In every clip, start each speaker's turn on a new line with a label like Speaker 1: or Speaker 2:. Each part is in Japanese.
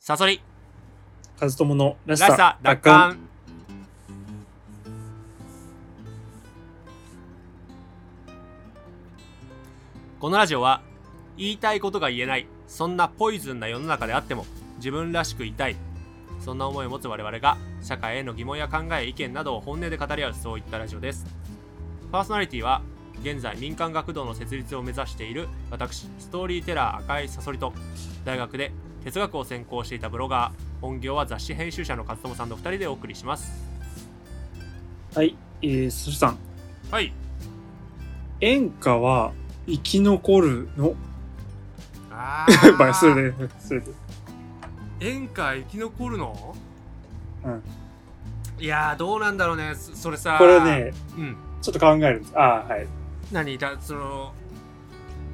Speaker 1: サソリ、
Speaker 2: 和友のらし
Speaker 1: らし
Speaker 2: さ
Speaker 1: さ、
Speaker 2: 奪
Speaker 1: 奪
Speaker 2: 還
Speaker 1: 還。このラジオは、言いたいことが言えない、そんなポイズンな世の中であっても、自分らしくいたい、そんな思いを持つ我々が、社会への疑問や考え、意見などを本音で語り合う、そういったラジオです。パーソナリティは、現在民間学童の設立を目指している私ストーリーテラー赤いサソリと大学で哲学を専攻していたブロガー本業は雑誌編集者の勝友さんの2人でお送りします
Speaker 2: はい、えー、そしさん
Speaker 1: はい
Speaker 2: 演歌は生き残るの
Speaker 1: あ
Speaker 2: ばいそれでそれで
Speaker 1: 演歌生き残るの
Speaker 2: うん
Speaker 1: いやーどうなんだろうねそそれさ
Speaker 2: これね
Speaker 1: うん
Speaker 2: ちょっと考えるんですあーはい
Speaker 1: 何だその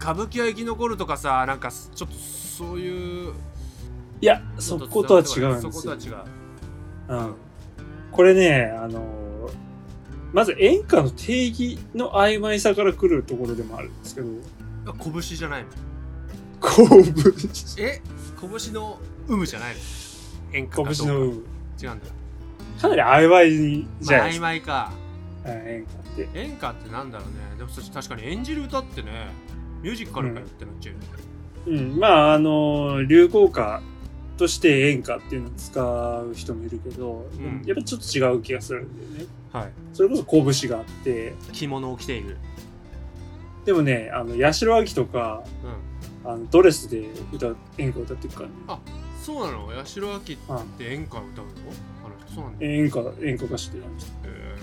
Speaker 1: 歌舞伎は生き残るとかさなんかすちょっとそういう
Speaker 2: いやそことは違うん
Speaker 1: そこ
Speaker 2: です
Speaker 1: とは
Speaker 2: よ、
Speaker 1: 違う
Speaker 2: うん、これねあのーまず演歌の定義の曖昧さから来るところでもあるんですけ ど
Speaker 1: あ拳じゃないの
Speaker 2: 公文
Speaker 1: え拳の有無じゃないの演歌かどうか
Speaker 2: 拳の有無
Speaker 1: 違うんだよ、
Speaker 2: かなり曖昧にじゃ
Speaker 1: ま
Speaker 2: な
Speaker 1: あ、曖
Speaker 2: いですか、
Speaker 1: 昧か
Speaker 2: うん演歌って
Speaker 1: 演歌ってなんだろうねでもそ確かに演じる歌ってねミュージックからかよってなっちゃうよね、
Speaker 2: うん、まああの流行歌として演歌っていうのを使う人もいるけど、
Speaker 1: うん
Speaker 2: やっぱちょっと違う気がするんだよね
Speaker 1: はい
Speaker 2: それこそ拳があって
Speaker 1: 着物を着ている
Speaker 2: でもねあの八代亜紀とか
Speaker 1: うん
Speaker 2: あのドレスで歌う演歌歌ってるからね
Speaker 1: そうなの八代亜紀って演歌を歌うのあの人そうなんだへ
Speaker 2: 演歌演歌歌手ってなんです
Speaker 1: え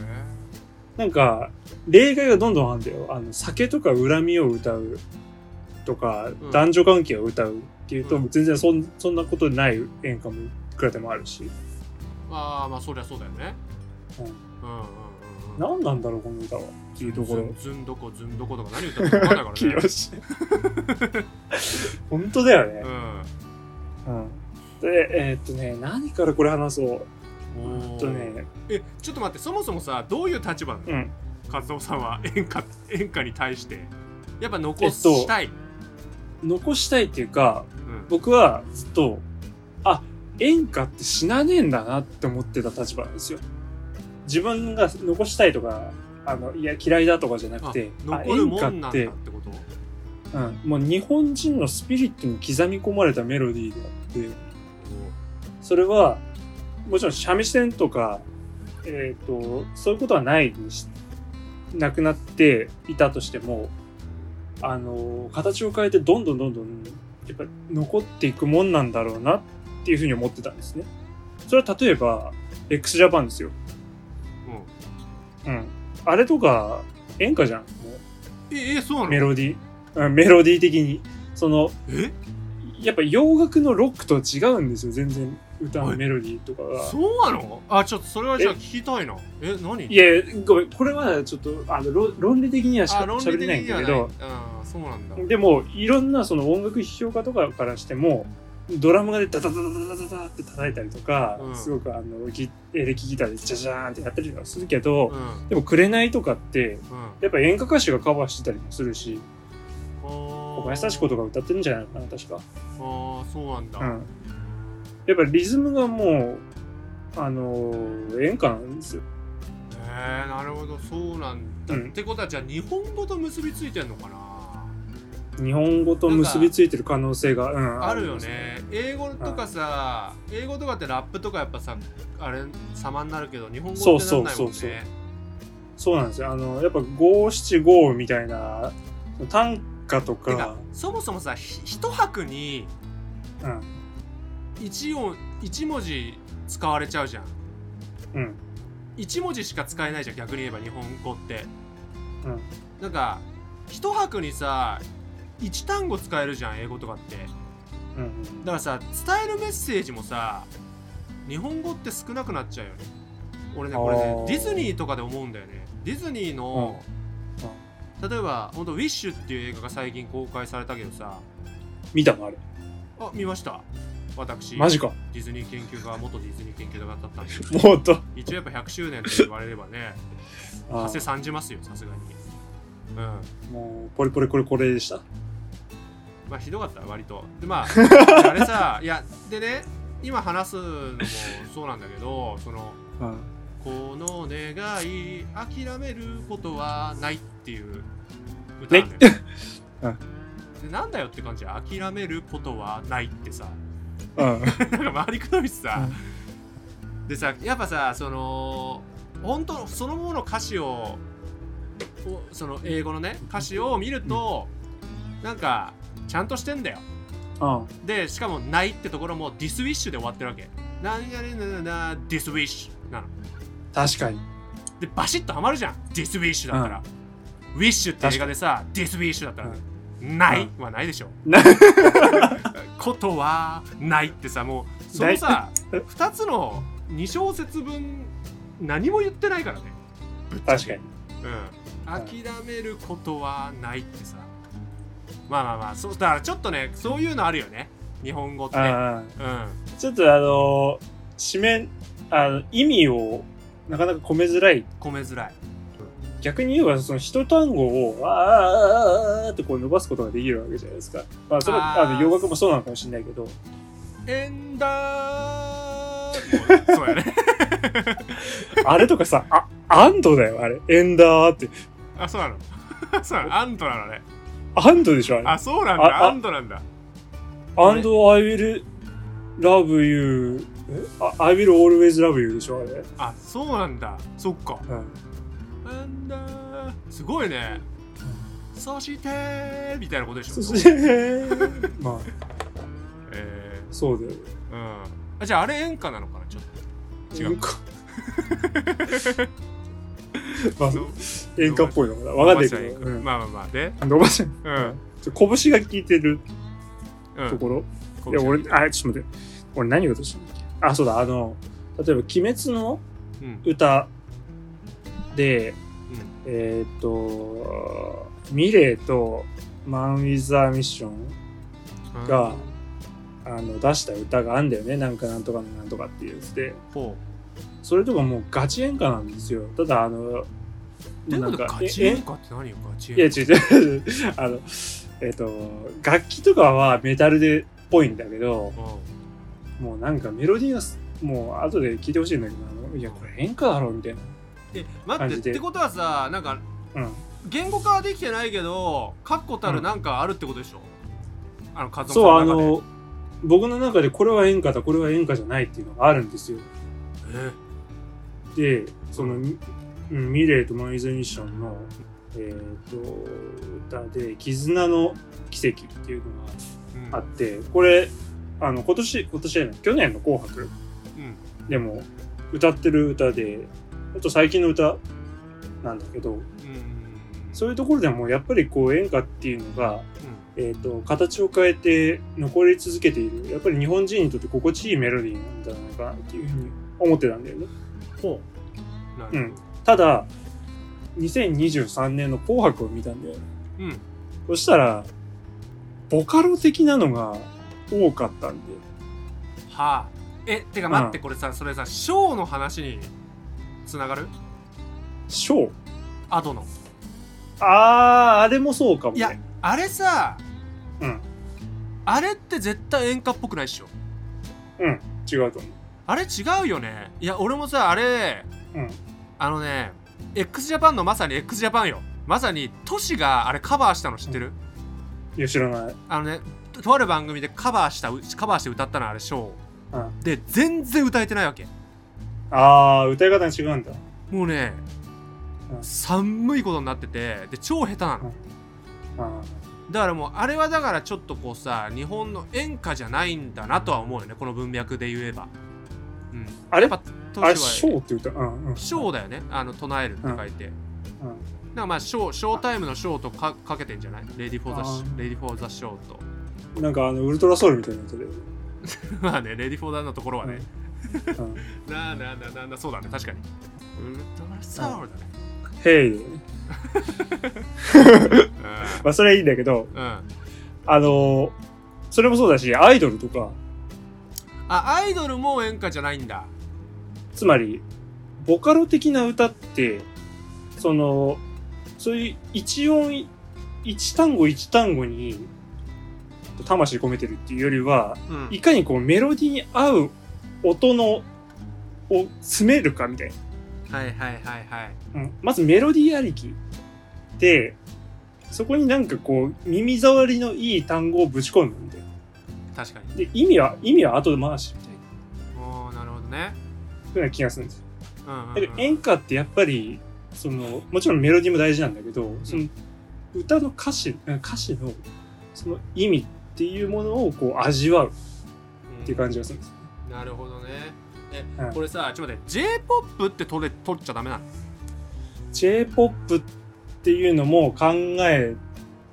Speaker 2: なんか例外がどんどんあるんだよあの酒とか恨みを歌うとか、
Speaker 1: うん
Speaker 2: 男女関係を歌うっていうと、
Speaker 1: うん
Speaker 2: 全然そんそんなことない演歌もいくらでもあるし
Speaker 1: ああまあそりゃそうだよね
Speaker 2: うん
Speaker 1: うんうんうんうん
Speaker 2: 何なんだろうこの歌はっていうところ
Speaker 1: ずんずんどこずんどことか何歌ってるか分かん ないからね
Speaker 2: よし。本当だよね。うん。で、えーっとね、何からこれ話そう。
Speaker 1: うん
Speaker 2: え
Speaker 1: お
Speaker 2: っと
Speaker 1: ー
Speaker 2: ね、
Speaker 1: えちょっと待ってそもそもさどういう立場なの
Speaker 2: うん。
Speaker 1: 和夫さんは演歌演歌に対してやっぱ残したい、
Speaker 2: 残したいっていうか、
Speaker 1: うん
Speaker 2: 僕はずっと、あ、演歌って死なねえんだなって思ってた立場なんですよ。自分が残したいとか、あの、いや、嫌いだとかじゃなく
Speaker 1: あ
Speaker 2: て、あ
Speaker 1: 残る
Speaker 2: 演
Speaker 1: もんな
Speaker 2: 歌っ
Speaker 1: んだって
Speaker 2: て、
Speaker 1: こと
Speaker 2: うん、もう日本人のスピリットに刻み込まれたメロディーであって、それはもちろん三味線とか、えー、とそういうことはないにしなくなっていたとしてもあの形を変えてどんどんどんどんやっぱ残っていくもんなんだろうなっていうふうに思ってたんですね。それは例えば x ジャパンですよ。
Speaker 1: う
Speaker 2: うん、あれとか演歌じゃんも
Speaker 1: んええそうな
Speaker 2: う
Speaker 1: の
Speaker 2: メロディー、うんメロディー的にその
Speaker 1: え
Speaker 2: やっぱ洋楽のロックとは違うんですよ全然歌
Speaker 1: は
Speaker 2: の
Speaker 1: い
Speaker 2: メロディーとかが。
Speaker 1: そうなのあちょっとそれはじゃあ聞きたいなえ何
Speaker 2: いや、ごめん、これはちょっと、あの、論論理的にはし
Speaker 1: あ
Speaker 2: か
Speaker 1: 論理
Speaker 2: 喋
Speaker 1: 的
Speaker 2: れ
Speaker 1: に
Speaker 2: ないんだけど
Speaker 1: は、ないうんそうなんだ
Speaker 2: でも、いろんなその音楽批評家とかからしても、ドラムがでダダダダダダダって叩いたりとか、
Speaker 1: うん
Speaker 2: すごくあの、ギエレキギターでジャジャーンってやったりとかするけど、
Speaker 1: うんうん
Speaker 2: でも、紅とかって、やっぱ演歌歌手がカバーしてたりもするし、小
Speaker 1: 小
Speaker 2: 林幸子とか歌ってるんじゃないかな、確か。
Speaker 1: ああそうなんだ、
Speaker 2: うん。やっぱリズムがもう、あのー演歌なんですよ。
Speaker 1: えー、なるほどそうなんだ、
Speaker 2: うん
Speaker 1: ってことはじゃあ日本語と結びついてんのかな
Speaker 2: 日本語と結びついてる可能性が、うん、
Speaker 1: あるよ
Speaker 2: んです
Speaker 1: ね英語とかさ、英語とかってラップとかやっぱさあれ様になるけど日本語ってなんないもんね
Speaker 2: そうそうそうそうそうなんですよ。あの、やっぱ五七五みたいな、短歌と
Speaker 1: てか
Speaker 2: か、
Speaker 1: そもそもさひ一拍に
Speaker 2: うん、
Speaker 1: 一音一文字使われちゃうじゃん
Speaker 2: うん、
Speaker 1: 一文字しか使えないじゃん逆に言えば日本語って
Speaker 2: うん。
Speaker 1: なんか一拍にさ一単語使えるじゃん英語とかって
Speaker 2: うん
Speaker 1: だからさ伝えるメッセージもさ日本語って少なくなっちゃうよね俺ねこれ
Speaker 2: あ
Speaker 1: ね
Speaker 2: ー
Speaker 1: ディズニーとかで思うんだよねディズニーの、例えば本当ウィッシュっていう映画が最近公開されたけどさ
Speaker 2: 見たのあれ。
Speaker 1: あ見ました私
Speaker 2: マジか。
Speaker 1: ディズニー研究家元ディズニー研究家だったんで
Speaker 2: もっと。
Speaker 1: 一応やっぱ100周年と言われればね
Speaker 2: あ
Speaker 1: 馳せさんじますよさすがにうん
Speaker 2: もう、ポリポリこれこれでした。
Speaker 1: まあひどかった割とでまああれさいやでね今話すのもそうなんだけどその
Speaker 2: はい
Speaker 1: この願い諦めることはないっていう歌なんだよ、
Speaker 2: ね
Speaker 1: でなんだよって感じで諦めることはないってさ
Speaker 2: うん。
Speaker 1: なんか周りくどいしさ、でさやっぱさその本当そのものの歌詞をおその英語のね歌詞を見ると、なんかちゃんとしてんだよ
Speaker 2: うん。
Speaker 1: でしかも「ない」ってところも「ディスウィッシュ」で終わってるわけなんやねんなななディスウィッシュなの
Speaker 2: 確かに。
Speaker 1: でバシッとハマるじゃんディスウィッシュだったら、ウィッシュって映画でさディスウィッシュだったら、ないはないでしょ
Speaker 2: な
Speaker 1: ことはないってさもうそのさ2 つの2小節分何も言ってないからね
Speaker 2: 確かに。
Speaker 1: うん、諦めることはないってさまあまあまあそうだからちょっとねそういうのあるよね日本語ってうん
Speaker 2: ああ。ちょっとあのー、紙面、あの、意味をなかなか込めづらい。
Speaker 1: 込めづらい
Speaker 2: 逆に言えば、その一単語を、あーあーあーあーってこう伸ばすことができるわけじゃないですか。まあ、それ
Speaker 1: あ
Speaker 2: は、
Speaker 1: ー
Speaker 2: あの、洋楽もそうなのかもしれないけど。
Speaker 1: エンダーもうそうやね
Speaker 2: あれとかさ、あ、アンドだよ、あれ。エンダーって。
Speaker 1: あそうなの そうなのアントなのね
Speaker 2: アンドでしょ、あれ。
Speaker 1: あそうなん
Speaker 2: あ
Speaker 1: だ
Speaker 2: あ
Speaker 1: アントなんだ
Speaker 2: and I will love you. えあ I will always love you でしょ、あれ。
Speaker 1: あそうなんだそっか
Speaker 2: うん。
Speaker 1: なんだすごいねそしてみたいなことでしょ
Speaker 2: そして、まあ、
Speaker 1: え
Speaker 2: そうだよ。
Speaker 1: ー、うんあじゃああれ演歌なのかなちょっ違う
Speaker 2: 演歌。まあ
Speaker 1: と、
Speaker 2: 演歌っぽいのかな。わかんないけ
Speaker 1: 伸ばしちゃい
Speaker 2: ど。
Speaker 1: く
Speaker 2: うん
Speaker 1: まあまあまあで
Speaker 2: 伸ばしちゃい
Speaker 1: うん
Speaker 2: ちょ拳が効いてる
Speaker 1: うん
Speaker 2: ところ。
Speaker 1: こう
Speaker 2: いや、俺、あ、ちょっと待って。俺何言おうとしたんだっけあ、そうだ、あの、例えば、鬼滅の
Speaker 1: うん
Speaker 2: 歌で、えーっと、ミレーとマン・ウィザー・ミッション
Speaker 1: うん
Speaker 2: があの出した歌があんだよね。なんかなんとかのなんとかっていうやつで。
Speaker 1: ほ
Speaker 2: それとかもうガチ演歌なんですよ。ただあの、
Speaker 1: うでも
Speaker 2: なんか
Speaker 1: ガチ演歌って何よガチ
Speaker 2: ええいや
Speaker 1: 演
Speaker 2: 違う違う。 あの、えっ、と、楽器とかはメタルでっぽいんだけど、
Speaker 1: 歌
Speaker 2: もうなんかメロディーがす、もう後で聞いてほしいんだけど、あのいや、これ演歌だろみたいな。
Speaker 1: うんえ待
Speaker 2: 感
Speaker 1: ってっ
Speaker 2: じで
Speaker 1: てことはさなんか
Speaker 2: うん。
Speaker 1: 言語化はできてないけど確固たるなんかあるってことでしょあの家族
Speaker 2: そう、あ
Speaker 1: の中で
Speaker 2: の、僕の中でこれは演歌だ、これは演歌じゃないっていうのがあるんですよ。
Speaker 1: え
Speaker 2: で、その、みうんミレーとマイズミッションの、えー、と歌で「絆の奇跡」っていうの
Speaker 1: うん
Speaker 2: があってこれあの今年今年じゃない去年の「紅白
Speaker 1: うん」
Speaker 2: でも歌ってる歌であと最近の歌なんだけど
Speaker 1: うん
Speaker 2: そういうところでもやっぱりこう演歌っていうのが、えー、と形を変えて残り続けているやっぱり日本人にとって心地いいメロディーなんじゃないかなっていうふうに思ってたんだよね。
Speaker 1: ほうなる
Speaker 2: ただ2023年の「紅白」を見たんだよね
Speaker 1: ほどうん
Speaker 2: そしたらボカロ的なのが多かったんで
Speaker 1: はあえてか待ってこれさそれさショーの話につながる
Speaker 2: ショー
Speaker 1: アドの
Speaker 2: あーあれもそうかも
Speaker 1: いや
Speaker 2: ね
Speaker 1: あれさ
Speaker 2: うん
Speaker 1: あれって絶対演歌っぽくないっしょ
Speaker 2: 違うと思
Speaker 1: あれ違うよねいや俺もさあれ
Speaker 2: ううん
Speaker 1: あのね x ジャパンのまさに x ジャパンよまさにトシがあれカバーしたの知ってる、
Speaker 2: いや知らない
Speaker 1: あのねととある番組でカバーしたうカバーして歌ったのあれショーを、
Speaker 2: うん
Speaker 1: で全然歌えてないわけ
Speaker 2: あー歌い方が違うんだ
Speaker 1: もうね、
Speaker 2: うん
Speaker 1: 寒いことになっててで超下手なの、
Speaker 2: あ
Speaker 1: だからもうあれはだからちょっとこうさ日本の演歌じゃないんだなとは思うよねこの文脈で言えば、うん、
Speaker 2: あれ
Speaker 1: やっぱ当
Speaker 2: ーあれ
Speaker 1: 時
Speaker 2: シ
Speaker 1: は
Speaker 2: ョーって歌うんうん
Speaker 1: ショーだよねあの唱えるって書いて、
Speaker 2: うん
Speaker 1: なんかまあショーショータイムのショーとかかけてんじゃないレディフォーザシ
Speaker 2: あー
Speaker 1: レディフォーザショーと
Speaker 2: なんかあのウルトラソウルみたいなやつで、
Speaker 1: まあねレディフォーザのところはね、
Speaker 2: うん、
Speaker 1: なあなあなあなあなあそうだね確かにウルトラソウルだね
Speaker 2: ヘイでねまあそれはいいんだけど
Speaker 1: うん、うん、
Speaker 2: あのーそれもそうだしアイドルとか
Speaker 1: あアイドルも演歌じゃないんだ
Speaker 2: つまりボカロ的な歌ってそのそういう一音一単語一単語にと魂込めてるっていうよりは、
Speaker 1: うん
Speaker 2: いかにこうメロディーに合う音のを詰めるかみたい
Speaker 1: はいはいはいはい
Speaker 2: な、うんまずメロディーありきでそこになんかこう耳障りのいい単語をぶち込むみたいな
Speaker 1: 確かに
Speaker 2: で意味は意味は後回しみたいな
Speaker 1: おーなるほどね
Speaker 2: ふうな気がするんですよ
Speaker 1: うんうん、
Speaker 2: だけど
Speaker 1: うん、
Speaker 2: 演歌ってやっぱりそのもちろんメロディーも大事なんだけどその歌の歌詞歌詞のその意味っていうものをこう味わうっていう感じがするんですよ
Speaker 1: なるほどねえ、
Speaker 2: うん
Speaker 1: これさちょっと待って J−POP って取れ取っちゃダメなの
Speaker 2: J-POP っていうのも考え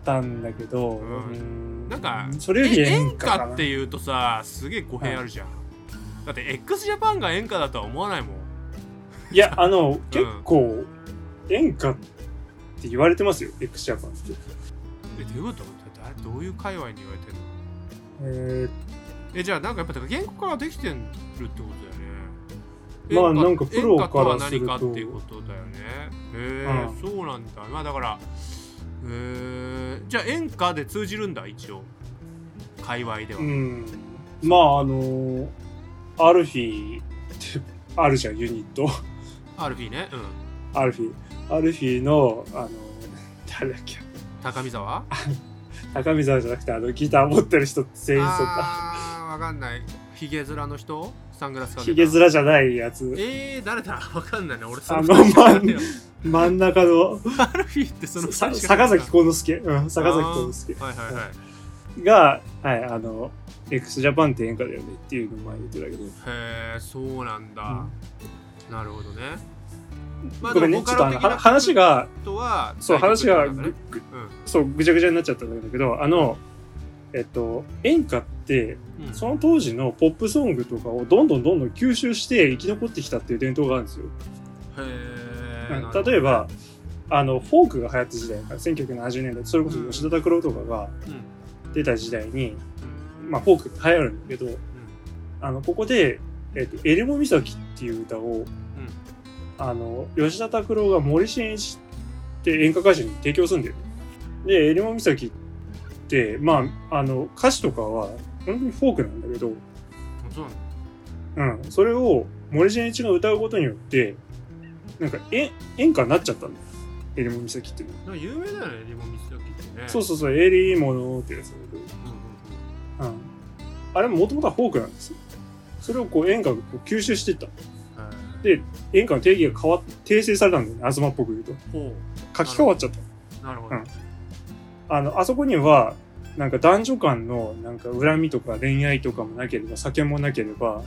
Speaker 2: たんだけど、
Speaker 1: う
Speaker 2: うんん
Speaker 1: なんか
Speaker 2: それより
Speaker 1: え
Speaker 2: 演
Speaker 1: 演
Speaker 2: 歌か
Speaker 1: 歌
Speaker 2: な
Speaker 1: っていうとさすげえ語弊あるじゃん、だって XJAPAN が演歌だとは思わないもん
Speaker 2: いやあの結構演歌って言われてますよ x ジャパンって
Speaker 1: えどういうことだどういう界隈に言われてるの
Speaker 2: え
Speaker 1: えじゃあなんかやっぱ言語からできてるってことだ
Speaker 2: まあ
Speaker 1: よね
Speaker 2: なんかプロからす
Speaker 1: 演
Speaker 2: る
Speaker 1: 歌
Speaker 2: と
Speaker 1: とは何かっていうことだよねへえ、
Speaker 2: うん
Speaker 1: そうなんだまあだからえー、じゃあ演歌で通じるんだ一応界隈では、
Speaker 2: ーうんまああのアルフィーってあるじゃんユニット
Speaker 1: アルフィーねうん
Speaker 2: アルフィーアルフィーのあの誰だっけ
Speaker 1: 高見沢
Speaker 2: 高見沢じゃなくてあのギター持ってる人全員そうか
Speaker 1: あーわかんないヒゲ面の人サングラスかけた
Speaker 2: ヒゲ面じゃないやつ
Speaker 1: えー、誰だわかんないね俺
Speaker 2: あの
Speaker 1: 二人しか
Speaker 2: まあ
Speaker 1: 知らねえよ
Speaker 2: 真ん中の
Speaker 1: アルフィーってその二人し
Speaker 2: さ
Speaker 1: か知らな
Speaker 2: 坂
Speaker 1: い
Speaker 2: 崎幸之助、うん、坂崎幸之助
Speaker 1: はいはいはい
Speaker 2: が、はい、あの、x ジャパンって演歌だよねっていうのを前に言ってたけど、
Speaker 1: へえそうなんだ、なるほどねま
Speaker 2: ごめんね、ちょっとあの、は話
Speaker 1: が
Speaker 2: が、
Speaker 1: とは
Speaker 2: そう、話が
Speaker 1: うん
Speaker 2: ぐ、ぐそう、ぐちゃぐちゃになっちゃったんだけど、あの、えっと、演歌って、
Speaker 1: うん
Speaker 2: その当時のポップソングとかをどんどんどんどん吸収して生き残ってきたっていう伝統があるんですよ。
Speaker 1: へ
Speaker 2: うん
Speaker 1: なるほど
Speaker 2: 例えば、あの、フォークが流行った時代から、1970年代、それこそ吉田拓郎とかが
Speaker 1: うんうん
Speaker 2: 出た時代に、まあ、フォークって流行るんだけど、あの、ここで、えっと、エルモ岬っていう歌を、あの、吉田拓郎が森進一って演歌歌手に提供するんだよね。で、エルモ岬って、まあ、あの、歌詞とかは、本当にフォークなんだけど、
Speaker 1: うんそうなんだ
Speaker 2: うん、それを森進一が歌うことによって、なんか演演歌になっちゃったんだよ。エリモ岬っていうの
Speaker 1: な
Speaker 2: は。
Speaker 1: んか有名だよねリボンミスドキってね
Speaker 2: そううそうそう、エリモノってやつだけど、
Speaker 1: んうん
Speaker 2: うん。あれももともとはフォークなんですよ。それをこう演歌がこう吸収していった。
Speaker 1: うんへ
Speaker 2: で、演歌の定義が変わっ、訂正されたんだよね、東っぽく言うと。
Speaker 1: えほ
Speaker 2: 書き換わっちゃった。
Speaker 1: うなるほど
Speaker 2: うんあの、あそこには、なんか男女間の、なんか恨みとか恋愛とかもなければ、酒もなければ、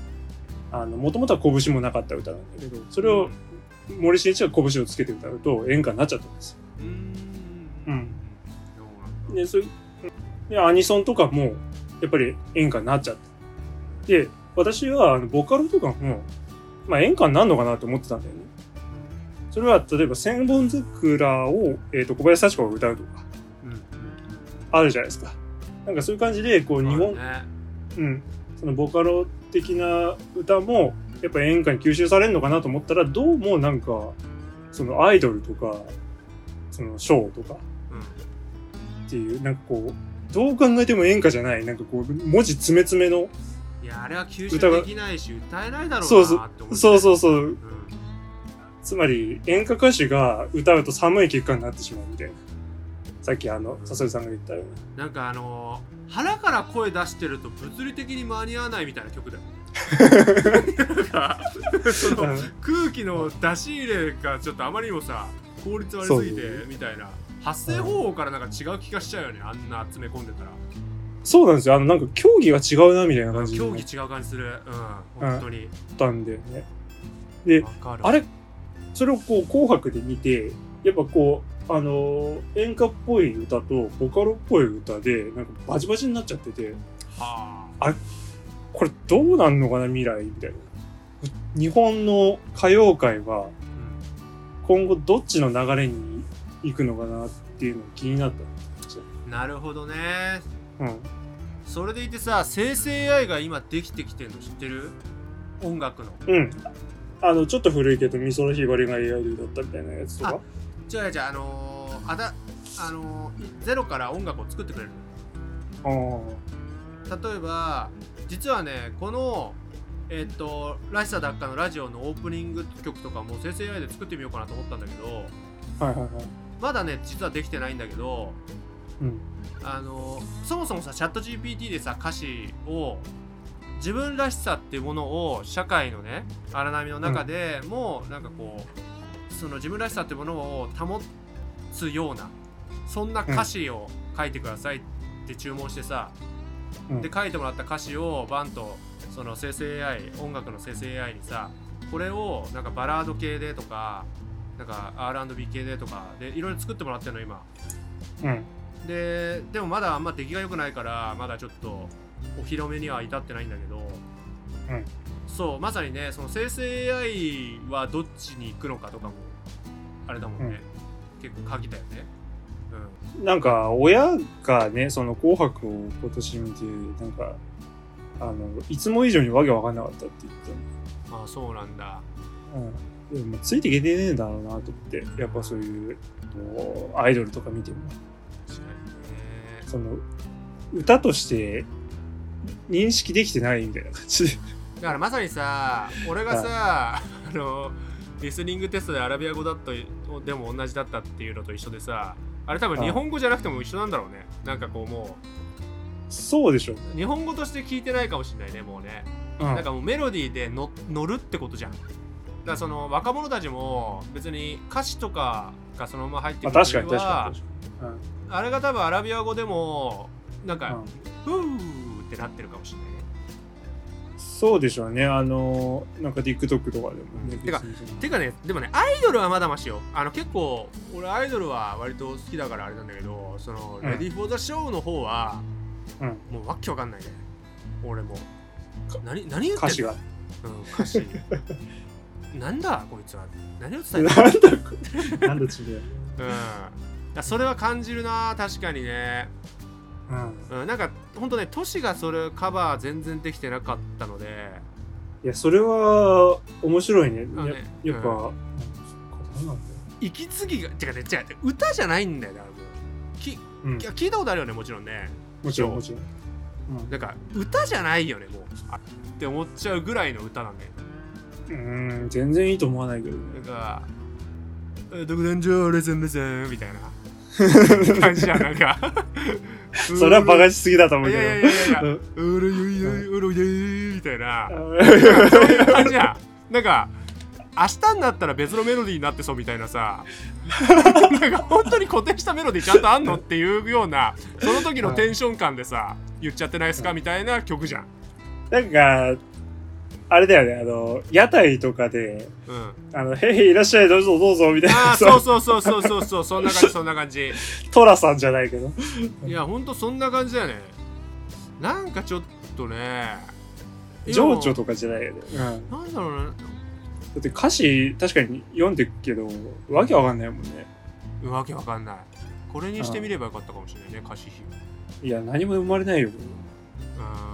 Speaker 2: あの、もともとは拳もなかった歌なんだけど、それを森進一が拳をつけて歌うと演歌になっちゃったんです
Speaker 1: うんう
Speaker 2: うんん
Speaker 1: そうなんだ
Speaker 2: よ。で、そういうで、アニソンとかも、やっぱり演歌になっちゃった。で、私は、あの、ボカロとかも、まあ演歌になるのかなと思ってたんだよね。それは、例えば、千本桜を、えっ、と、小林幸子が歌うとか、
Speaker 1: うん
Speaker 2: あるじゃないですか。なんかそういう感じで、こう、日本
Speaker 1: そう、だね
Speaker 2: うん、そのボカロ的な歌もやっぱ演歌に吸収されるのかなと思ったらどうもなんかそのアイドルとかそのショーとか
Speaker 1: うん
Speaker 2: っていうなんかこうどう考えても演歌じゃないなんかこう文字詰め詰めの
Speaker 1: いやあれは吸収できないし歌えないだろ
Speaker 2: そう
Speaker 1: う
Speaker 2: そ
Speaker 1: なって思って
Speaker 2: そうそううそう
Speaker 1: うん
Speaker 2: つまり演歌歌手が歌うと寒い結果になってしまうみたいなさっきあの笹井さんが言ったような
Speaker 1: なんかあのー腹から声出してると物理的に間に合わないみたいな曲だよ。 なんか その
Speaker 2: うん
Speaker 1: 空気の出し入れがちょっとあまりにもさ効率悪すぎてみたいな発声方法からなんか違う気がしちゃうよねあんな詰め込んでたら
Speaker 2: そうなんですよあのなんか競技が違うなみたいな感じに
Speaker 1: 競
Speaker 2: な
Speaker 1: 技
Speaker 2: っ
Speaker 1: 違う感じするうん本当に
Speaker 2: たんだよねで
Speaker 1: わかる
Speaker 2: あれそれをこう紅白で見てやっぱこうあのー演歌っぽい歌とボカロっぽい歌でなんかバチバチになっちゃってて
Speaker 1: は
Speaker 2: これどうなんのかな未来みたいな日本の歌謡界は
Speaker 1: あ、うん
Speaker 2: 今後どっちの流れに行くのかなっていうのが気になっ
Speaker 1: なるほどね
Speaker 2: たうん
Speaker 1: それでいてさ生成 AI が今できてきてるの知ってる音楽の
Speaker 2: うんあのちょっと古いけど美空ひばりが AI で歌ったみたいなやつとか
Speaker 1: じゃあじゃああのーあだあのーゼロから音楽を作ってくれる
Speaker 2: あー
Speaker 1: 例えば実はねこのえっと「らしさ奪還」のラジオのオープニング曲とかも生成 AI で作ってみようかなと思ったんだけど
Speaker 2: はいはいはい。
Speaker 1: まだね実はできてないんだけど
Speaker 2: うん。
Speaker 1: あのそもそもさチャット GPT でさ歌詞を自分らしさっていうものを社会のね荒波の中でも、なんかこうその自分らしさっていうものを保つようなそんな歌詞を書いてくださいって注文してさ、
Speaker 2: うん
Speaker 1: で書いてもらった歌詞をバンとその生成 AI 音楽の生成 AI にさこれをなんかバラード系でとかなんか R&B 系でとかでいろいろ作ってもらってるの今。
Speaker 2: うん。
Speaker 1: ででもまだあんま出来が良くないからまだちょっとお披露目には至ってないんだけど、
Speaker 2: うん
Speaker 1: そうまさにねその生成 AI はどっちに行くのかとかもあれだもんね、結構鍵だよねう
Speaker 2: なんか、親がね、その紅白を今年見て、なんか、あの、いつも以上にわけわかんなかったって言って
Speaker 1: んああそうなんだ
Speaker 2: たのうん。でも、ついていけてねえだろうなと思って、やっぱそういう、こうアイドルとか見ても、
Speaker 1: 確かにね
Speaker 2: その、歌として認識できてないみたいな感じ で。
Speaker 1: だからまさにさ俺がさあのリスニングテストでアラビア語だとでも同じだったっていうのと一緒でさあれ多分日本語じゃなくても一緒なんだろうねなんかこうも
Speaker 2: そうでしょ。
Speaker 1: う日本語として聞いてないかもしれないねもうね
Speaker 2: うん。
Speaker 1: なんかもうメロディーでの乗るってことじゃん。だからその若者たちも別に歌詞とかがそのまま入って
Speaker 2: まあ、
Speaker 1: くるよ
Speaker 2: 確かに
Speaker 1: り
Speaker 2: 確
Speaker 1: は
Speaker 2: かに確かに。
Speaker 1: あれが多分アラビア語でもなん
Speaker 2: うん
Speaker 1: か
Speaker 2: うん
Speaker 1: 「ふー」ってなってるかもしれないね。
Speaker 2: そうでしょうね。あの、なんか TikTok とかでもね。
Speaker 1: てか
Speaker 2: 別にその
Speaker 1: てかねでもねアイドルはまだましよあの結構俺アイドルは割と好きだからあれなんだけどその「
Speaker 2: うん
Speaker 1: レディ・フォー・ザ・ショー」の方は
Speaker 2: うん
Speaker 1: もうわっけわかんないね俺も何何言ってんの
Speaker 2: 歌詞が。
Speaker 1: うん歌 詞なんだこいつは何を伝えて
Speaker 2: なん
Speaker 1: んの
Speaker 2: だ、なん
Speaker 1: う
Speaker 2: だ違う。
Speaker 1: ん、いやそれは感じるな確かにね、
Speaker 2: うん。
Speaker 1: うん、なんかほんとね都市がそれカバー全然できてなかったので
Speaker 2: いや、それは面白いね。
Speaker 1: あのね
Speaker 2: ややっぱ、
Speaker 1: うん
Speaker 2: うんそうなんだ
Speaker 1: 息継ぎがてかね違う歌じゃないんだよだからもうきい
Speaker 2: うん、
Speaker 1: や聞いたことあるよねもちろんね
Speaker 2: もちろん、もちろん。
Speaker 1: なんか歌じゃないよねもうあって思っちゃうぐらいの歌なんだよ
Speaker 2: うん、うん全然いいと思わないけどね。
Speaker 1: なんか「え独壇場レゼンレゼン」みたいな感じじゃんなんか
Speaker 2: それはバカ
Speaker 1: い
Speaker 2: しすぎだと思う
Speaker 1: やい
Speaker 2: けど。
Speaker 1: やいやいや
Speaker 2: う
Speaker 1: 「
Speaker 2: ん
Speaker 1: うるゆいゆいうるゆい」みたいな
Speaker 2: あ
Speaker 1: そういう感じやなんか明日になったら別のメロディーになってそうみたいなさなんか本当に固定したメロディーちゃんとあんのっていうようなその時のテンション感でさ言っちゃってないですかみたいな曲じゃん、
Speaker 2: ーなんか、あれだよね、あの、屋台とかで、
Speaker 1: うん、
Speaker 2: あの、へいへいいらっしゃい、どうぞどうぞ、みたい
Speaker 1: あ
Speaker 2: な
Speaker 1: あそう
Speaker 2: さ、
Speaker 1: そうそうそうそうそうそんな感じそんな感じ
Speaker 2: トラさんじゃないけど。
Speaker 1: いやほんとそんな感じだよねなんかちょっとね
Speaker 2: 情緒とかじゃないよね。うん。だ
Speaker 1: 今もなんだろうね
Speaker 2: って歌詞、確かに読んでるけど、わけわかんないもんね。
Speaker 1: わけわかんないこれにしてみればよかったかもしれないね歌詞比
Speaker 2: いや、何も生まれないよ。
Speaker 1: うーん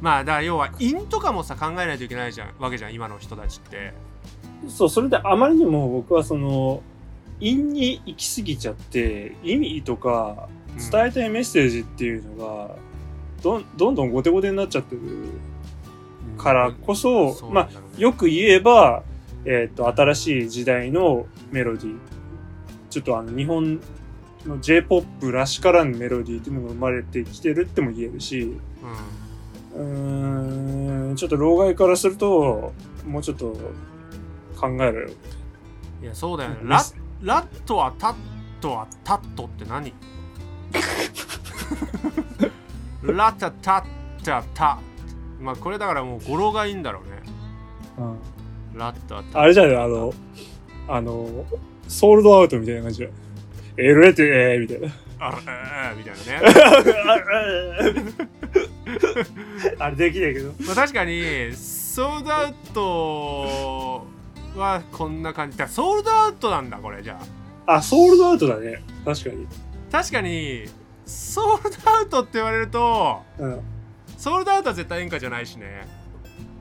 Speaker 1: まあだから要は因とかもさ考えないといけないじゃんわけじゃん今の人たちって
Speaker 2: そう、それであまりにも僕はその、陰に行き過ぎちゃって、意味とか、伝えたいメッセージっていうのが、どんどんどん後手後手になっちゃってるからこそ、まあ、よ
Speaker 1: く
Speaker 2: く言えば、えっ、と、新しい時代のメロディー、ちょっとあの、日本の J-POP らしからぬメロディーっていうのが生まれてきてるっても言えるし、うーん、ちょっと老害からすると、もうちょっと考えろよ。
Speaker 1: いやそうだよねララッとはタッとはタッとって 何ラタタッタタまあこれだからもう語呂がいいんだろうね
Speaker 2: うん
Speaker 1: ラッタタ
Speaker 2: あれじゃないあの、あの、ソールドアウトみたいな感じで。えれって、えー、みたい な。
Speaker 1: あえーみたいなね
Speaker 2: あれできないけど。
Speaker 1: まあ、確かにソールドアウトはこんな感じだからソールドアウトなんだこれじゃあ
Speaker 2: あ、ソールドアウトだね。確かに。
Speaker 1: 確かにソールドアウトって言われると
Speaker 2: うん。
Speaker 1: ソールドアウトは絶対演歌じゃないしね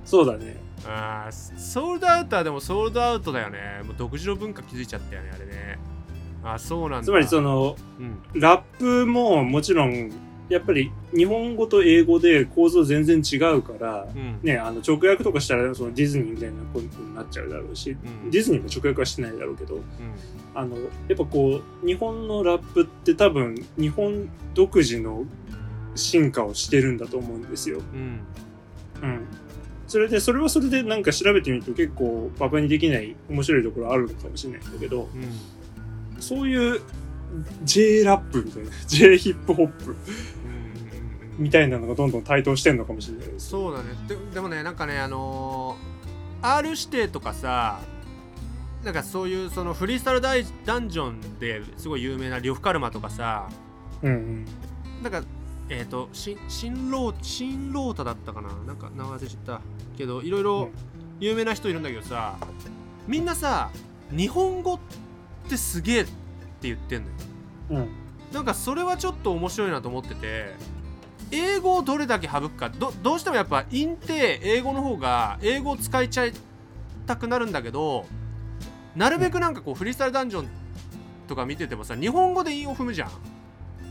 Speaker 2: そうだね。
Speaker 1: あーソールドアウトはでもソールドアウトだよねもう独自の文化築いちゃったよねあれねあそうなんだ
Speaker 2: つまりその
Speaker 1: うん
Speaker 2: ラップももちろんやっぱり日本語と英語で構造全然違うから、
Speaker 1: うん
Speaker 2: ね、あの直訳とかしたらそのディズニーみたいなことになっちゃうだろうし、
Speaker 1: うん
Speaker 2: ディズニーも直訳はしてないだろうけど
Speaker 1: うん
Speaker 2: あのやっぱこう日本のラップって多分日本独自の進化をしてるんだと思うんですよ。
Speaker 1: うん
Speaker 2: うん、それでそれはそれでなんか調べてみると結構バカにできない面白いところあるのかもしれないんだけど
Speaker 1: うん
Speaker 2: そういう J ラップみたいな J ヒップホッ
Speaker 1: うん
Speaker 2: プ
Speaker 1: うん
Speaker 2: みたいなのがどんどん台頭してんのかもしれないです。
Speaker 1: そうだねででもねなんかねあのー、R 指定とかさなんかそういうそのフリースタイルダイダンジョンですごい有名な呂布カルマとかさ
Speaker 2: うん
Speaker 1: なんかえっ、とし新郎新郎太だったかななんか名前忘れちゃったけどいろいうろ
Speaker 2: ん
Speaker 1: 有名な人いるんだけどさみんなさ日本語ってすげえって言ってんのよ
Speaker 2: うんうん
Speaker 1: なんかそれはちょっと面白いなと思ってて英語をどれだけ省くかどどうしてもやっぱインテ英語の方が英語を使いちゃいたくなるんだけどなるべくなんかこうフリースタイルダンジョンとか見ててもさ日本語で韻を踏むじゃん。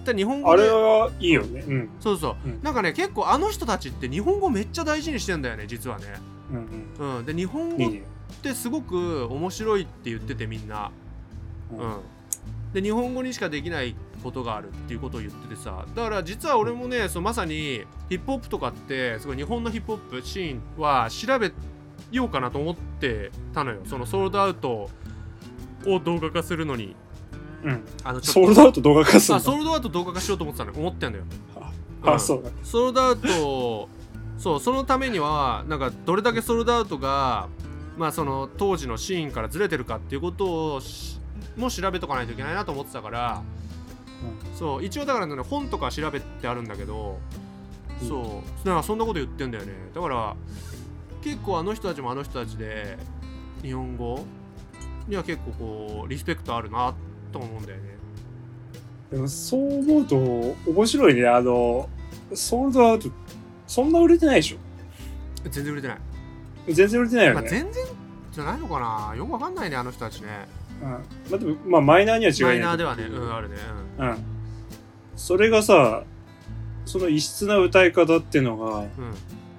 Speaker 1: で日本語
Speaker 2: あ
Speaker 1: で
Speaker 2: れはいいよね。うん
Speaker 1: そうそう、
Speaker 2: うん
Speaker 1: なんかね結構あの人たちって日本語めっちゃ大事にしてんだよね実はね。
Speaker 2: うん
Speaker 1: うん、で日本
Speaker 2: うん、い
Speaker 1: 語
Speaker 2: い
Speaker 1: っ
Speaker 2: ね。
Speaker 1: てすごく面白いって言っててみんな。
Speaker 2: うん
Speaker 1: うん、で日本語にしかできないことがあるっていうことを言っててさだから実は俺もねそうまさにヒップホップとかってすごい日本のヒップホップシーンは調べようかなと思ってたのよそのソールドアウトを動画化するのに
Speaker 2: うん、
Speaker 1: あのち
Speaker 2: ソ
Speaker 1: ょっ
Speaker 2: ールドアウト動画化す
Speaker 1: と
Speaker 2: る
Speaker 1: あ
Speaker 2: の
Speaker 1: ソールドアウト動画化しようと思ってたのよ思ってんのよ
Speaker 2: あ
Speaker 1: うん
Speaker 2: そうだ。
Speaker 1: ソールドアウトそうそのためにはなんかどれだけソールドアウトがまあその当時のシーンからずれてるかっていうことをしも調べとかないといけないなと思ってたから、そう一応だからね本とか調べてあるんだけど、
Speaker 2: うん
Speaker 1: そうだからそんなこと言ってんだよねだから結構あの人たちもあの人たちで日本語には結構こうリスペクトあるなと思うんだよね
Speaker 2: でもそう思うと面白いね。あの、ソールドアウト、そんな売れてないでしょ
Speaker 1: 全然売れてない、
Speaker 2: 全然売れてないよ
Speaker 1: まあ、
Speaker 2: ね。
Speaker 1: 全然じゃないのかなよくわかんないねあの人たちね
Speaker 2: うんまあ、でもまあマイナーには違いな
Speaker 1: マ
Speaker 2: い。
Speaker 1: イナーではね、うん、あるね、
Speaker 2: うん。それがさ、その異質な歌い方っていうのが、
Speaker 1: うんうん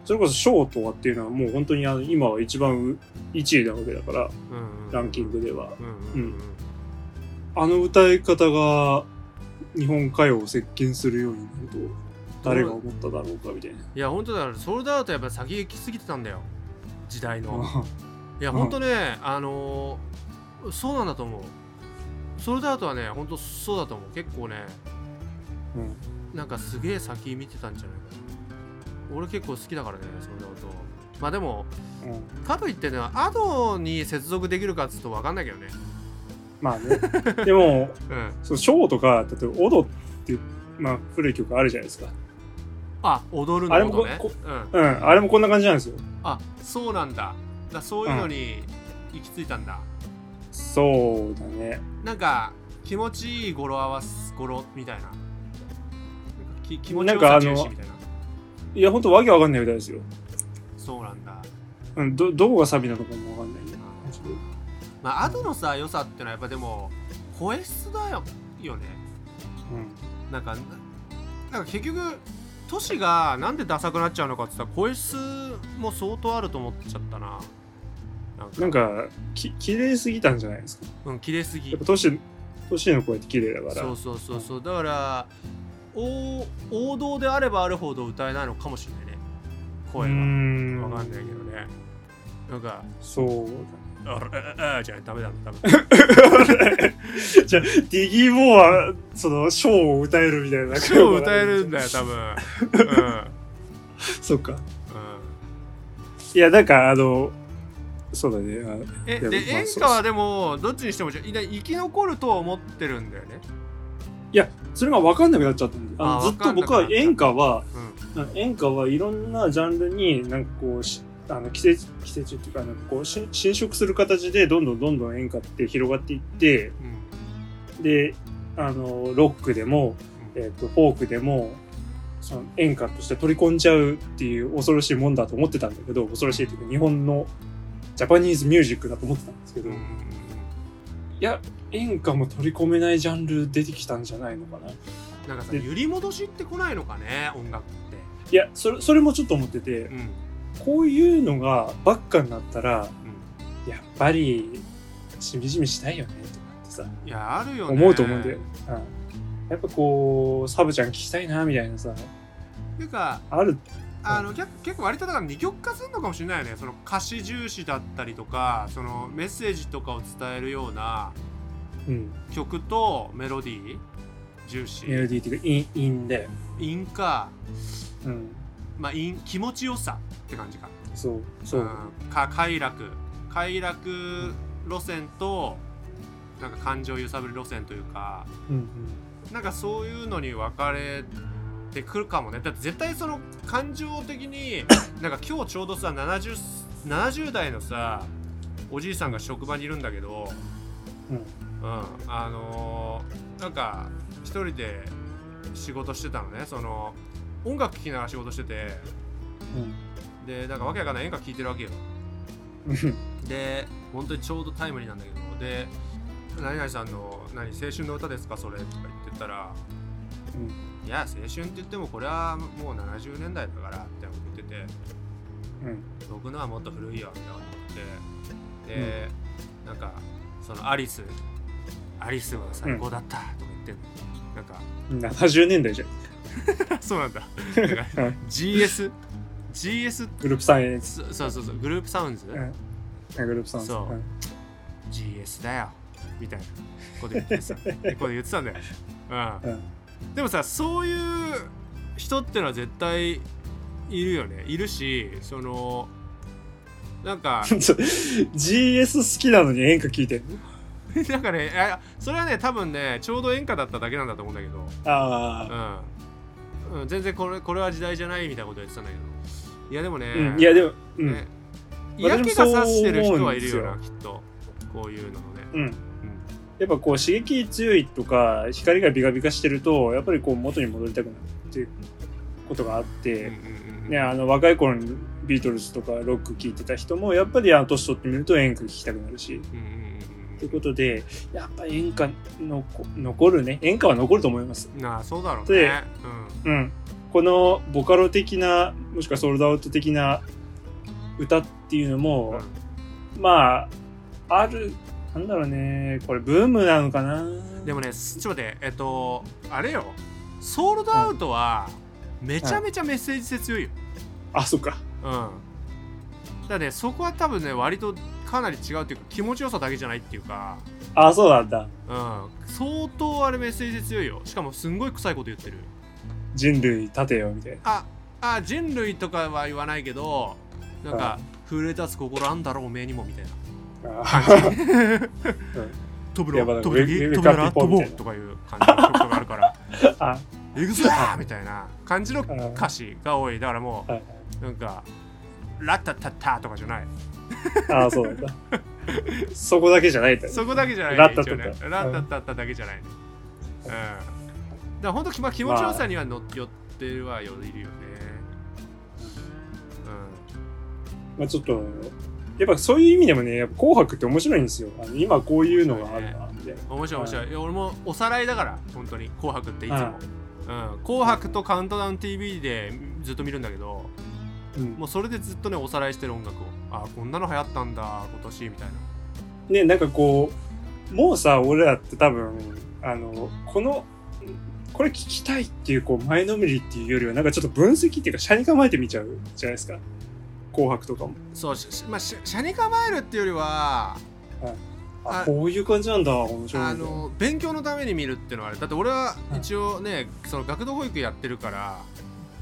Speaker 2: それこそショーとはっていうのはもう本当にあの今は一番1位なわけだから、
Speaker 1: うんうん
Speaker 2: ランキングでは。
Speaker 1: うんうん
Speaker 2: あの歌い方が日本歌謡を席巻するようになると、誰が思っただろうかみたいな。
Speaker 1: いや本当だからソールドアウトやっぱ先行きすぎてたんだよ時代のいや
Speaker 2: うん
Speaker 1: 本当ね、あのーそうなんだと思うソルダートはね本当そうだと思う結構ね
Speaker 2: うん
Speaker 1: なんかすげえ先見てたんじゃないかな俺結構好きだからねソルダートまあでも
Speaker 2: うん
Speaker 1: かといってねアドに接続できるかっつうと分かんないけどね
Speaker 2: まあね。 でも、
Speaker 1: うん
Speaker 2: そうショーとか、例えば、オドっていう、まあ、古い曲あるじゃないですか。
Speaker 1: あ踊る
Speaker 2: あれ
Speaker 1: の
Speaker 2: も
Speaker 1: ことね
Speaker 2: こ
Speaker 1: うん
Speaker 2: うん、あれもこんな感じなんですよ。
Speaker 1: あそうなんだだそういうのに行き着いたんだ、
Speaker 2: そうだね。
Speaker 1: なんか気持ちいい語呂合わす語呂みたいななんかき気持ち
Speaker 2: なん
Speaker 1: よ
Speaker 2: か
Speaker 1: さ
Speaker 2: あの
Speaker 1: 重視みたいない
Speaker 2: や、ほんとわけわかんない歌ですよ。
Speaker 1: そうなんだ
Speaker 2: うん、ど、どこがサビなのかもわかんないね。
Speaker 1: まあ、アドのさ良さってのはやっぱでも声質だよよね
Speaker 2: う
Speaker 1: なんかなんか結局都市がなんでダサくなっちゃうのかって言ったら声質も相当あると思っちゃったななんか
Speaker 2: ん。なんか、き、綺麗すぎたんじゃないですか。
Speaker 1: うん綺麗す
Speaker 2: や
Speaker 1: ぎ
Speaker 2: っぱ、トシ、トシの声って綺麗だから。
Speaker 1: そうそうそうそうだから王王道であればあるほど歌えないのかもしれないね声
Speaker 2: うー
Speaker 1: が
Speaker 2: ん。
Speaker 1: わかんないけどねなんか
Speaker 2: そう
Speaker 1: 「あああ」じゃダメだダメ だ
Speaker 2: だ。じゃあ、ディギー・モア、その、ショーを歌えるみたいな。
Speaker 1: 超歌えるんだよ。多分
Speaker 2: そっか。
Speaker 1: うん、うん
Speaker 2: いや、なんか、あの、そうだね。あ
Speaker 1: え
Speaker 2: いや
Speaker 1: で
Speaker 2: まあ
Speaker 1: 演
Speaker 2: そう
Speaker 1: 歌はでもどっちにしてもじゃいな生き残るとは思ってるんだよね、
Speaker 2: いや、それが分かんなくなっちゃったんで、あの
Speaker 1: あ
Speaker 2: ずっと僕は
Speaker 1: 分かんなくなっちゃった
Speaker 2: 演歌は、
Speaker 1: うん、
Speaker 2: 演歌はいろんなジャンルに、なんかこう、しあの季節、季節っていうか、なんかこう、し侵食する形で、どんどんどんどん演歌って広がっていって、
Speaker 1: うん
Speaker 2: で、あの、ロックでも、
Speaker 1: うん
Speaker 2: えっ、と、フォークでも、その演歌として取り込んじゃうっていう恐ろしいもんだと思ってたんだけど、恐ろしいっていうか、日本のジャパニーズミュージックだと思ってたんですけど、
Speaker 1: うんうん
Speaker 2: や、演歌も取り込めないジャンル出てきたんじゃないのかな。い
Speaker 1: なんかさ
Speaker 2: で
Speaker 1: 揺り戻しってこないのかね音楽って
Speaker 2: や、それ、それもちょっと思ってて、
Speaker 1: うん
Speaker 2: こういうのがばっかになったら、やっぱり、しみじみしたいよね、とかってさ、
Speaker 1: うんいやあるよね
Speaker 2: 思うと思うんだよ。うん。やっぱこう、サブちゃん聞きたいな、みたいなさ、
Speaker 1: ていうか
Speaker 2: ある。
Speaker 1: あの結結構割とだから二極化するのかもしれないよねその歌詞重視だったりとかそのメッセージとかを伝えるような
Speaker 2: うん。
Speaker 1: 曲とメロディー重視
Speaker 2: メロディーっていうか、イン、インだよ。
Speaker 1: 韻か、
Speaker 2: うん。
Speaker 1: まあ、韻気持ちよさって感じか
Speaker 2: そう、そう。
Speaker 1: んか快楽快楽路線となんか感情揺さぶる路線というか
Speaker 2: うん、うん。
Speaker 1: なんかそういうのに分かれてくるかもねだって絶対その感情的になんか今日ちょうどさ 70, 70代のさおじいさんが職場にいるんだけど、
Speaker 2: うん
Speaker 1: うん、あのーなんか一人で仕事してたのねその音楽聴きながら仕事しててでなんかわけわかんない演歌聴いてるわけよ
Speaker 2: うん。うん。
Speaker 1: で本当にちょうどタイムリーなんだけどで「何々さんの何青春の歌ですかそれ」とか言ってたら「いや青春って言ってもこれはもう70年代だから」って言ってて
Speaker 2: うん。
Speaker 1: 「僕のはもっと古いよ」みたいなこと言ってで、なんかそのアリス「アリスは最高だった」とか言ってんの、なんか
Speaker 2: 70年代じゃ ん。
Speaker 1: そうなんだなんか GSGS
Speaker 2: グループサイエンス。
Speaker 1: そそうそうそうグループサウンズ、
Speaker 2: うんグループサイエンス。
Speaker 1: そうん GS だよみたいなこと言って さこれ言ってたんだよ、
Speaker 2: うん
Speaker 1: うん、でもさそういう人ってのは絶対いるよねいるしそのなんか
Speaker 2: ちょ GS 好きなのに演歌聞いてる
Speaker 1: なんかねいやそれはね多分ねちょうど演歌だっただけなんだと思うんだけど、
Speaker 2: あ
Speaker 1: うんうん、全然これこれは時代じゃないみたいなこと言ってたんだけどいやでもね、
Speaker 2: あ、うん、いやでも、うん、
Speaker 1: ね嫌気がさしてる人はいるよなき
Speaker 2: 私
Speaker 1: っとこういうのもね、
Speaker 2: うん。
Speaker 1: うん
Speaker 2: やっぱこう刺激強いとか光がビカビカしてるとやっぱりこう元に戻りたくなるっていうことがあっ
Speaker 1: うん
Speaker 2: て、
Speaker 1: うんうん
Speaker 2: ね、あの若い頃にビートルズとかロック聴いてた人もやっぱりあの年取ってみると演歌聴きたくなるし
Speaker 1: うんうんうんうん
Speaker 2: ということでやっぱ演歌のこ残るね演歌は残ると思います
Speaker 1: なあそうだろう
Speaker 2: で
Speaker 1: ね、
Speaker 2: うん、このボカロ的なもしくはソールドアウト的な歌っていうの
Speaker 1: うんう
Speaker 2: も
Speaker 1: ん、
Speaker 2: まああるなんだろうねこれブームなのかな
Speaker 1: でもねすちょっと待ってえっとあれよソールドアウトはめちゃめちゃメッセージ性強いよ、
Speaker 2: あそっか
Speaker 1: うんだからねそこは多分ね割とかなり違うっていうか気持ちよさだけじゃないっていうか
Speaker 2: あそうなんだ
Speaker 1: うん相当あれメッセージ性強いよしかもすんごい臭いこと言ってる
Speaker 2: 人類立てよみたいな
Speaker 1: ああ人類とかは言わないけどなんか震え立つ心あんだろうおめえにもみたいな
Speaker 2: あ
Speaker 1: 飛ぶ
Speaker 2: いやま
Speaker 1: ろ
Speaker 2: だ
Speaker 1: 飛ぶ時
Speaker 2: ウェウ
Speaker 1: 飛
Speaker 2: ェイ
Speaker 1: ぶ
Speaker 2: クア
Speaker 1: な
Speaker 2: ッ
Speaker 1: ら
Speaker 2: プポ
Speaker 1: 飛ぼう
Speaker 2: ーみたいな
Speaker 1: とかいう感じの曲があるから
Speaker 2: あ
Speaker 1: えぐぞーみたいな感じの
Speaker 2: うん
Speaker 1: 歌詞が多いだからも
Speaker 2: はいはいう
Speaker 1: なんか「ラッタッタッタ」とかじゃない
Speaker 2: あそうなんだそこだけじゃないんだね
Speaker 1: そこだけじゃない
Speaker 2: ラッタッタッタ
Speaker 1: 一応ねラッタッタッタだけじゃないねうんだからほんと気ま気持ちよさには乗っ寄ってはよいるよね
Speaker 2: まあ、ちょっとやっぱそういう意味でもねやっぱ紅白って面白いんですよあの今こういうのがあるなみたいな
Speaker 1: うん面白い面白いいや俺もおさらいだから本当に「紅白」っていつもうん紅白」と「カウントダウン TV」でずっと見るんだけど
Speaker 2: うん
Speaker 1: もうそれでずっとねおさらいしてる音楽をあこんなの流行ったんだ今年みたいな
Speaker 2: ねなんかこうもうさ俺らって多分あのこのこれ聞きたいっていうこう前のめりっていうよりはなんかちょっと分析っていうか車に構えてみちゃうじゃないですか「紅白」とかも。
Speaker 1: そうししまあし車に構えるっていうよりは
Speaker 2: あ
Speaker 1: あ
Speaker 2: こういう感じなんだ面白い
Speaker 1: あ
Speaker 2: んだ
Speaker 1: の勉強のために見るっていうのはあれだって俺は
Speaker 2: うん
Speaker 1: 一応ね、その学童保育やってるから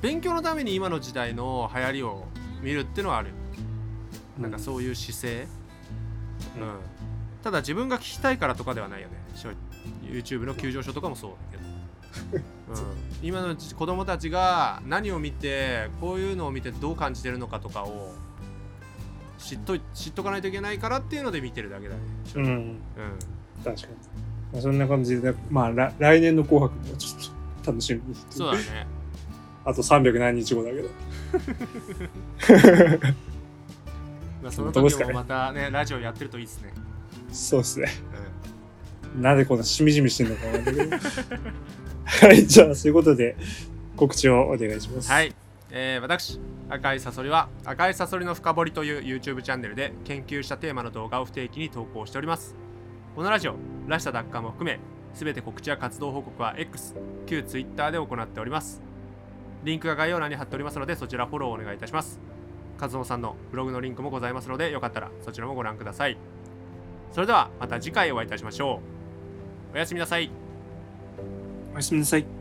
Speaker 1: 勉強のために今の時代の流行りを見るっていうのはあるよなんかそういう姿勢、う
Speaker 2: うんん
Speaker 1: ただ自分が聞きたいからとかではないよね正直 YouTube の急上昇とかもそうだけど、 うん、今の子供たちが何を見てこういうのを見てどう感じてるのかとかを知っとい知っとかないといけないからっていうので見てるだけだね、
Speaker 2: うん、うん、
Speaker 1: うん、
Speaker 2: 確かに、まあ、そんな感じでまあら来年の「紅白」もちょっと楽しみにして
Speaker 1: そうだね
Speaker 2: あと300何日後だけど
Speaker 1: まあ、その
Speaker 2: どうで
Speaker 1: 時
Speaker 2: すか
Speaker 1: も
Speaker 2: ね
Speaker 1: またねラジオやってるといいですね、
Speaker 2: そうですね
Speaker 1: うん
Speaker 2: なぜこんなしみじみしてんのかわか んないけどはい、じゃあ、そういうことで、告知をお願いします。
Speaker 1: は。い、えー私赤いサソリは赤いサソリの深掘りという YouTube チャンネルで研究したテーマの動画を不定期に投稿しておりますこのラジオらしさ奪還も含め全て告知や活動報告は X 旧 Twitter で行っておりますリンクが概要欄に貼っておりますのでそちらフォローお願いいたしますカズノさんのブログのリンクもございますのでよかったらそちらもご覧くださいそれではまた次回お会いいたしましょうおやすみなさい
Speaker 2: おやすみなさい。